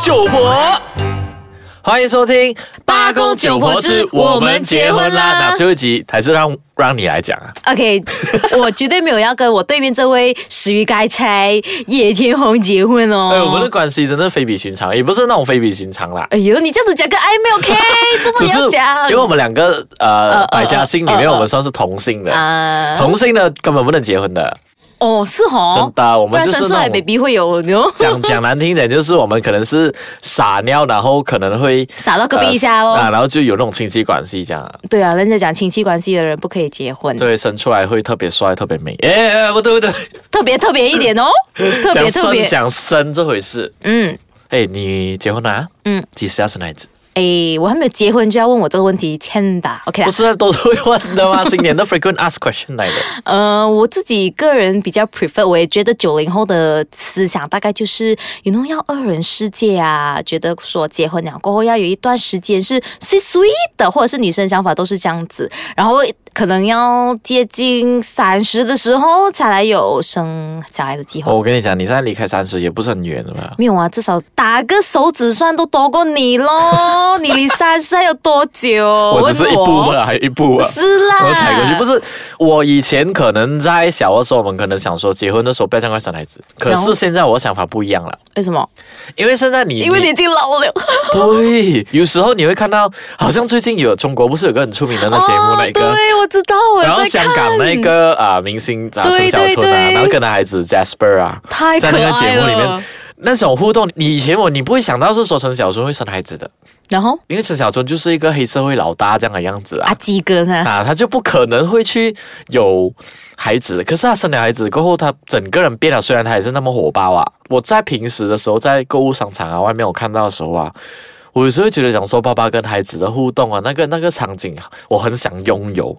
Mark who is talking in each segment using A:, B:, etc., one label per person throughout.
A: 九婆。欢迎收听《
B: 八公九婆之我们结婚啦
A: 那最后一集还是让让你来讲啊。
B: OK，我绝对没有要跟我对面这位死鱼该猜野天红结婚哦。
A: 哎，我们的关系真的非比寻常，也不是那种非比寻常啦。
B: 哎呦，你这样子讲跟暧 昧 OK，这么
A: 只
B: 你
A: 是
B: 哦要讲，
A: 因为我们两个呃
B: 呃
A: 百家姓里面，
B: 呃
A: 我们算是同姓的，
B: 啊，
A: 同姓的根本不能结婚的，
B: 哦是
A: 真
B: 哦，
A: 的。我
B: 不
A: 们
B: 然
A: 就是
B: 生出
A: 那
B: 来
A: 种
B: baby 会有哟，
A: 讲讲难听一点，就是我们可能是撒尿，然后可能会
B: 撒到隔壁一下
A: 呃啊，
B: 哦。
A: 然后就有那种亲戚关系这样。
B: 对啊，人家讲亲戚关系的人不可以结婚，
A: 对，生出来会特别帅，特别美。哎，哎不对不对，
B: 特别特别一点哦，特别
A: 讲
B: 特
A: 生
B: 别，
A: 讲生这回事。
B: 嗯。
A: 哎，你结婚了、啊？
B: 嗯，
A: 几时要生孩子？
B: 哎，我还没有结婚就要问我这个问题，欠打 OK 啦
A: 不。是啊都是会问的 吗？新年的 frequent ask question 来的。
B: 呃，我自己个人比较 prefer，我也觉得九零后的思想大概就是，you know，要二人世界啊，觉得说结婚了过后要有一段时间是 sweet sweet 的，或者是女生想法都是这样子，然后可能要接近三十的时候才来有生小孩的计划。
A: 我跟你讲，你现在离开三十也不是很远的嘛。
B: 没有啊，至少打个手指算都多过你咯。你离三十还有多久？
A: 我只是一步
B: 问
A: 了，还有一步啊
B: 我。是啦，
A: 我踩过去，不是我以前可能在小的时候，我们可能想说结婚的时候不要这样快生孩子，可
B: 然后
A: 是现在我想法不一样了，
B: 为什么？
A: 因为现在你
B: 因为你已经老了。
A: 对，有时候你会看到，好像最近有中国不是有个很出名的那节目、那
B: 哦、
A: 个。
B: 对，我知道，我有
A: 然后
B: 在
A: 香
B: 看
A: 港那个啊、明星啊陈
B: 对
A: 小春
B: 对
A: 啊，
B: 对
A: 然后跟他孩子 Jasper 啊，
B: 太可
A: 在
B: 爱
A: 那
B: 了
A: 个节目里面，那种互动，你以前我你不会想到是说陈小春会生孩子的，
B: 然后
A: 因为陈小春就是一个黑社会老大这样的样子啊
B: 阿，基哥 呢？
A: 啊，他就不可能会去有孩子。可是他生了孩子过后，他整个人变了。虽然他还是那么火爆啊，我在平时的时候，在购物商场啊外面我看到的时候啊，我有时候会觉得想说，爸爸跟孩子的互动啊，那个那个场景，啊我很想拥有。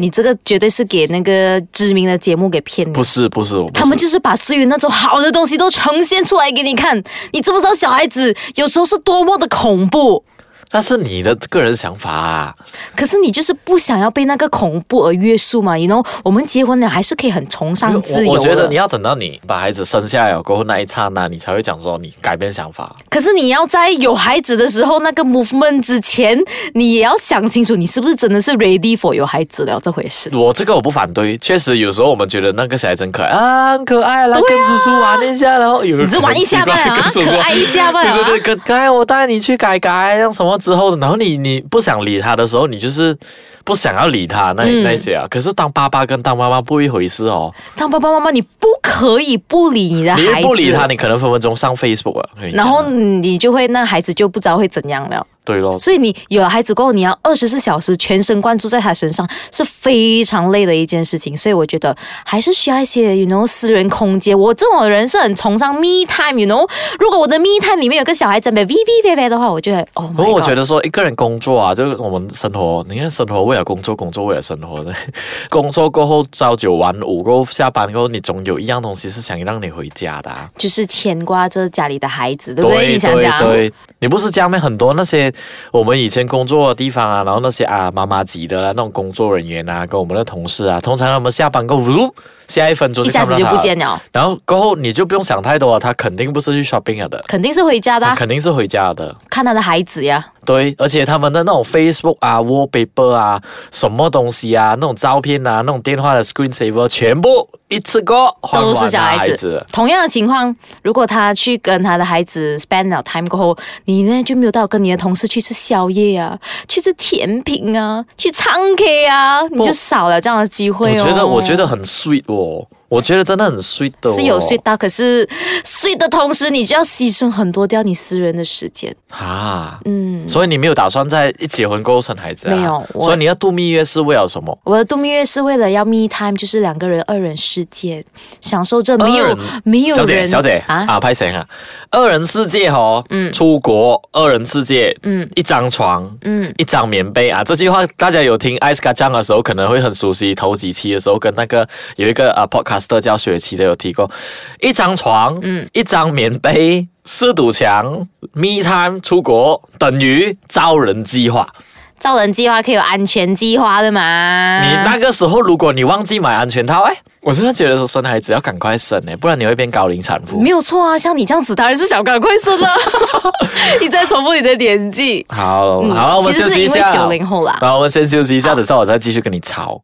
B: 你这个绝对是给那个知名的节目给骗
A: 不
B: 了。
A: 是不是，我不是
B: 他们就是把所有那种好的东西都呈现出来给你看，你知不知道小孩子有时候是多么的恐怖？
A: 那是你的个人想法啊。
B: 可是你就是不想要被那个恐怖而约束嘛？你 you know，我们结婚了还是可以很崇尚自由
A: 我我觉
B: 的
A: 得你要等到你把孩子生下来了过后那一刹那，你才会讲说你改变想法。
B: 可是你要在有孩子的时候，那个 movement 之前，你也要想清楚，你是不是真的是 ready for 有孩子了这回事。
A: 我这个我不反对，确实有时候我们觉得那个小孩真可爱啊，很可爱啦，跟叔叔玩一下，然后有
B: 你就玩一下吧，
A: 很奇怪
B: 啊
A: 跟，叔叔
B: 可爱一下吧。
A: 对对对，
B: 啊。
A: 可可爱，我带你去改改，让什么之后，然后你你不想理他的时候，你就是不想要理他那、
B: 嗯
A: 那些啊。可是当爸爸跟当妈妈不一回事哦，
B: 当爸爸妈妈，你不可以不理你的
A: 你
B: 孩
A: 一
B: 子。
A: 不理他，你可能分分钟上 Facebook 啊。我跟你讲
B: 然后你就会，那孩子就不知道会怎样了。
A: 对咯，
B: 所以你有了孩子过后，你要二十四小时全神贯注在他身上，是非常累的一件事情。所以我觉得还是需要一些，you know，私人空间。我这种人是很崇尚 me time，you know。如果我的 me time 里面有个小孩在那边 v v v v 的话，我就会哦。
A: 不过我觉得说一个人工作啊，就是我们生活，你看生活为了工作，工作为了生活的，工作过后朝九晚五，过后下班过后，你总有一样东西是想让你回家的、啊。
B: 就是牵挂着家里的孩子，对不对？你想啊想，
A: 对，你不是家里面很多那些我们以前工作的地方啊，然后那些啊妈妈级的啦、那种工作人员啊，跟我们的同事啊，通常他们下班过后，呜下一分钟
B: 一
A: 就
B: 下
A: 看不
B: 子
A: 到
B: 就
A: 他
B: 不
A: 了，
B: 见了，
A: 然后过后你就不用想太多了，他肯定不是去 shopping 了的，
B: 肯定是回家的啊、
A: 他肯定是回家的。
B: 看他的孩子呀。
A: 对，而且他们的那种 Facebook 啊、wallpaper 啊、什么东西啊、那种照片啊、那种电话的 screensaver，全部一次过还完啊
B: 都是小孩子
A: 孩子。
B: 同样的情况，如果他去跟他的孩子 spend 了 time 过后，你呢就没有到跟你的同事去吃宵夜啊，去吃甜品啊，去唱 K 啊，你就少了这样的机
A: 我
B: 会哦。
A: 觉得，我觉得很 sweet 哦，我觉得真的很 sweet 的、哦。
B: 是有睡到，可是睡的同时，你就要牺牲很多掉你私人的时间。
A: 啊。
B: 嗯，
A: 所以你没有打算在一结婚过后生孩子啊？
B: 没有我
A: 所以你要度蜜月是为了什么？
B: 我的度蜜月是为了要 me time，就是两个人二人世界，享受这没有
A: 二人
B: 没有
A: 嗯小姐，
B: 人
A: 小姐
B: 啊
A: 啊，拍谁啊？二人世界哦，
B: 嗯
A: 出国二人世界，
B: 嗯
A: 一张床，
B: 嗯，
A: 一张棉被啊，这句话大家有听艾斯卡酱的时候可能会很熟悉，头几期的时候跟那个有一个啊 podcaster 叫雪琪的有提过，一张床，嗯，一张棉被，四堵墙，me time 出国等于招人计划，
B: 造人计划可以有安全计划的嘛？
A: 你那个时候如果你忘记买安全套，哎，我真的觉得说生孩子要赶快生哎，不然你会变高龄产妇
B: 没。有错啊，像你这样子当然是想赶快生 了，你在重复你的年纪。
A: 好了，好了，我们
B: 嗯其实
A: 休
B: 是
A: 息一
B: 因为
A: 下。
B: 九零后啦，
A: 然后我们先休息一下，等下我再继续跟你吵。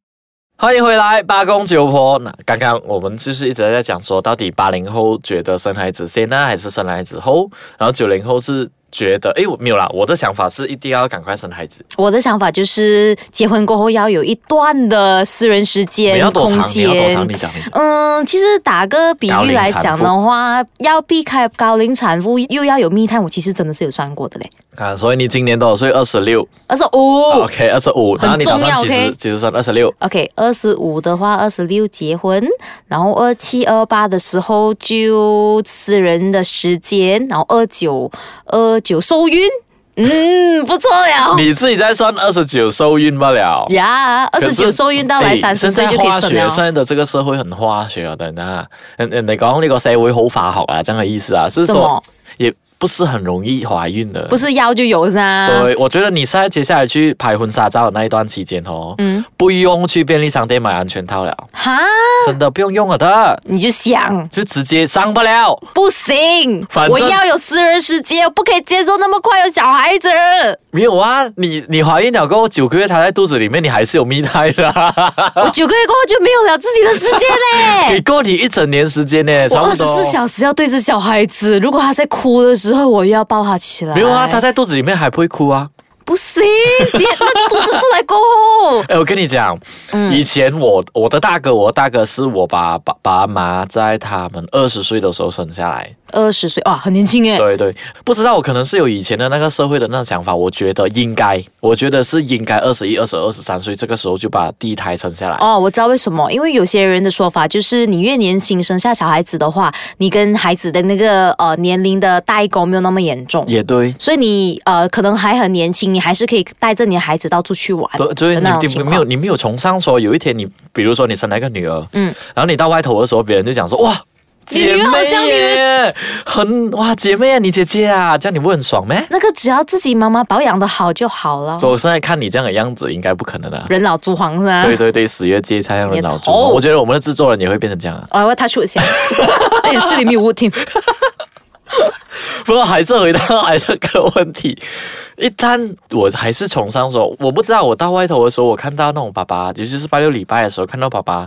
A: 欢迎回来，八公九婆。那刚刚我们就是一直在讲说，到底八零后觉得生孩子先呢，还是生孩子后？然后九零后是觉得，诶，我没有啦，我的想法是一定要赶快生孩子，
B: 我的想法就是结婚过后要有一段的私人时
A: 你
B: 间
A: 要、多
B: 空
A: 长？你要多长？
B: 间
A: 你。讲你讲。
B: 嗯，其实打个比喻来讲的话，要避开高龄产妇，又要有密探，我其实真的是有算过的嘞。
A: 啊，所以你今年多少岁？二十六
B: 二十五
A: ，OK，二十五。然后你打算
B: 哦重
A: 几
B: 要
A: 时
B: ，OK
A: 几时生？二十六。
B: ，OK，二十五的话，二十六结婚，然后二七二八的时候就私人的时间，然后二九二九受孕，嗯，不错了。
A: 你自己再算二十九受孕不了。
B: 呀，二
A: 可是
B: 十九受孕到来
A: 哎
B: 三十岁就
A: 現
B: 可
A: 在
B: 以
A: 化
B: 生
A: 學現
B: 了。
A: 在的這個社會很啊化學的呢，人人哋講呢個社會好化學啊，這樣的意思啊，是
B: 怎么
A: 說？也不是很容易懷孕的。
B: 不是要就有是啊？
A: 對，我覺得你現在接下來去拍婚紗照的那一段期間哦，
B: 嗯，啊
A: 不用去便利商店買安全套了，
B: 哈，
A: 真的不用用了的，
B: 你就想
A: 就直接上不了。
B: 不行
A: 反，正
B: 我要有私人世界，我不可以接受那么快有小 孩子。
A: 没有啊，你你懷孕了過後九個月，她在肚子裡面，你還是有蜜胎的啊。
B: 我九个月过后就没有了自己的世界
A: 给
B: 嘞。
A: 够你一整年时间呢，
B: 哎我
A: 差
B: 二
A: 不
B: 十
A: 多。
B: 四小时要对着小孩子，如果他在哭的时候，我又要抱他起来。
A: 没有啊，她在肚子裡面還不會哭啊。
B: 不行，姐，那肚子出来过后，
A: 哎，我跟你讲，
B: 嗯
A: 以前我我的大哥，我的大哥是我爸爸爸妈在他们二十岁的时候生下来。
B: 二十岁哇，很年轻哎。
A: 对对，不知道我可能是有以前的那个社会的那种想法，我觉得应该，我觉得是应该二十一、二十二、十三岁这个时候就把第一胎生下来。
B: 哦，我知道为什么，因为有些人的说法就是，你越年轻生下小孩子的话，你跟孩子的那个呃年龄的代沟没有那么严重，
A: 也对。
B: 所以你呃可能还很年轻，你还是可以带着你的孩子到处去玩。
A: 对，所以你
B: 那种
A: 你
B: 情
A: 没
B: 况
A: 有你没有崇尚说有一天你，比如说你生了一个女儿，
B: 嗯，
A: 然后你到外头的时候，别人就讲说哇，
B: 你女
A: 姐
B: 儿好
A: 妹
B: 像你
A: 耶，很哇姐妹啊，你姐姐啊，这样你不会很爽咩？
B: 那个只要自己妈妈保养的好就好了。
A: 所以我现在看你这样的样子，应该不可能啊。
B: 人老珠黄是 吧？
A: 对对对，十月芥菜让人老猪
B: 你的
A: 嘛。
B: 头
A: 我觉得我们的制作人也会变成这样啊。
B: 哦，我要 touch 一下。 哎呀，这里没有 wood team。
A: 不过还是回到来这个问题，一旦我还是崇尚说，我不知道我到外头的时候，我看到那种爸爸，尤其是拜六礼拜的时候，看到爸爸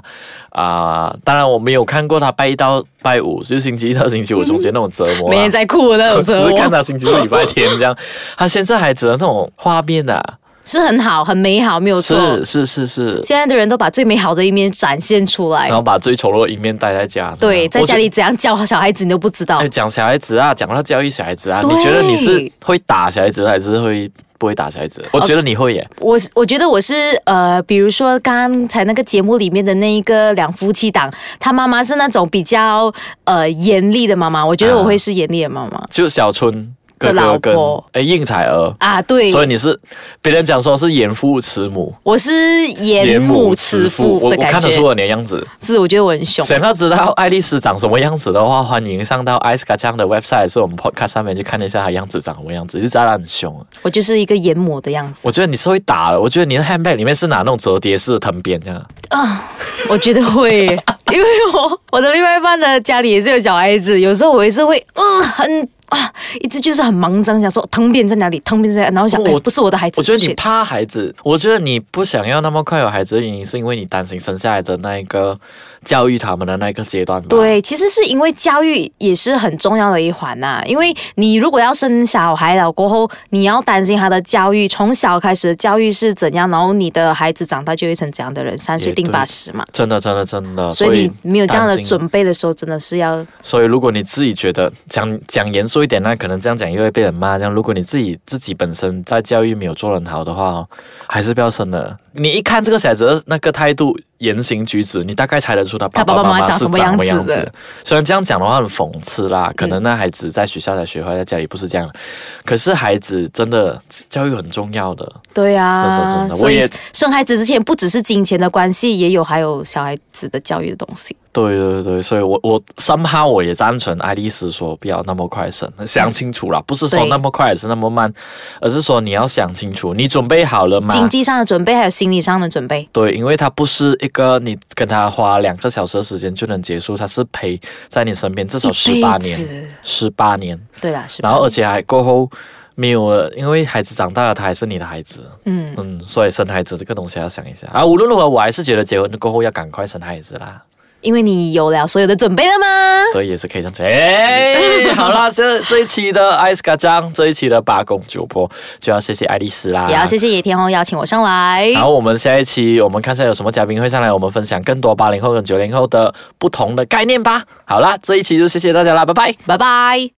A: 啊、当然我没有看过他拜一到拜五，就是星期一到星期五中间那种折 磨、啊。
B: 每天在哭的那
A: 我
B: 种
A: 只
B: 折
A: 是看
B: 磨，
A: 他星期六、礼拜天这样，他现在还只能那种画面啊，
B: 是很好，很美好，没有错。
A: 是是是是，
B: 现在的人都把最美好的一面展现出来
A: 然，后把最丑陋的一面带在家。
B: 对，在
A: 我觉
B: 家里怎样教小孩子你都不知道
A: 哎，。讲小孩子啊，讲到教育小孩子啊，
B: 哦对
A: 你觉得你是会打小孩子还是会不会打小孩子？
B: 哦
A: 我觉得你会耶，
B: 我我觉得我是呃，比如说刚才那个节目里面的那一个两夫妻档，他妈妈是那种比较呃严厉的妈妈，我觉得
A: 啊
B: 我会是严厉的妈妈
A: 就小春哥
B: 的老
A: 哥跟
B: 婆
A: 哎应采儿，
B: 啊。对，
A: 所以你是别人讲说是严父慈母，
B: 我是严母慈
A: 我
B: 父
A: 我
B: 的感
A: 看得出
B: 觉，
A: 了你的样子。
B: 是我觉得我很凶。
A: 想要知道爱丽丝长什么样子的话，欢迎上到 Ice k a 酱的 website，还是我们 podcast 上面去看一下她样子长什么样子，就知道她很凶。啊
B: 我就是一个研磨的样子
A: 我觉得你是会打的，我觉得你的 handbag 里面是拿那种折叠式的藤鞭这样。
B: 啊，我觉得会， 因为我我的另外一半的家里也是有小孩子，有时候我也是会嗯很啊，一直就是很忙张，想说疼扁在哪里，疼扁在哪里，然后想、
A: 我
B: 哎、不是我的孩子，
A: 我觉得你
B: shit
A: 怕孩子，我觉得你不想要那么快有孩子的原因，是因为你担心生下来的那一个教育他们的那一个阶段吧？，
B: 对，其实是因为教育也是很重要的一环呐、因为你如果要生小孩了过后，你要担心他的教育，从小开始的教育是怎样，然后你的孩子长大就会成怎样的人，三岁
A: 也对
B: 定八十嘛。
A: 真的，真的，真的。
B: 所以你没有这样的
A: 担心
B: 准备的时候，真的是要
A: 所以如果你自己觉得讲讲严肃一点，那可能这样讲又会被人骂。这样，如果你自己自己本身在教育没有做得很好的话哦，还是不要生了。你一看这个小孩子的哦那个态度、言行举止，你大概猜得出他爸
B: 他爸爸妈妈
A: 妈
B: 长
A: 是
B: 什么
A: 长什
B: 样
A: 么
B: 子
A: 样
B: 的嗯
A: 子。虽然这样讲的话很讽刺啦，可能那孩子在学校才学会，在家里不是这样的。可是孩子真的教育很重要的。
B: 对啊，
A: 真的真的
B: 所
A: 我
B: 以
A: 也
B: 生孩子之前不只是金钱的关系，也有还有小孩子的教育的东西。
A: 对对对，所以我我 somehow 我也赞成爱丽丝说不要那么快生，想清楚啦，不是说
B: 对
A: 那么快也是那么慢，而是说你要想清楚，你准备好了吗？
B: 经济上的准备还有心理上的准备。
A: 对，因为它不是一个你跟他花两个小时的时间就能结束，它是陪在你身边至少哦十八
B: 一辈
A: 年，
B: 子，
A: 十八年，
B: 对啦，是吧？
A: 然后而且还过后没有了，因为孩子长大了，他还是你的孩子，
B: 嗯，
A: 嗯，所以生孩子这个东西要想一下啊。无论如何，我还是觉得结婚过后要赶快生孩子啦，
B: 因为你有了所有的准备了吗？
A: 所以也是可以这样子。哎，好啦，这这一期的艾斯卡张，这一期的八公九婆就要谢谢爱丽丝啦，
B: 也要谢谢野天红邀请我上来。
A: 然后我们下一期，我们看一下有什么嘉宾会上来，我们分享更多八零后跟九零后的不同的概念吧。好啦，这一期就谢谢大家啦，拜拜。
B: 拜拜。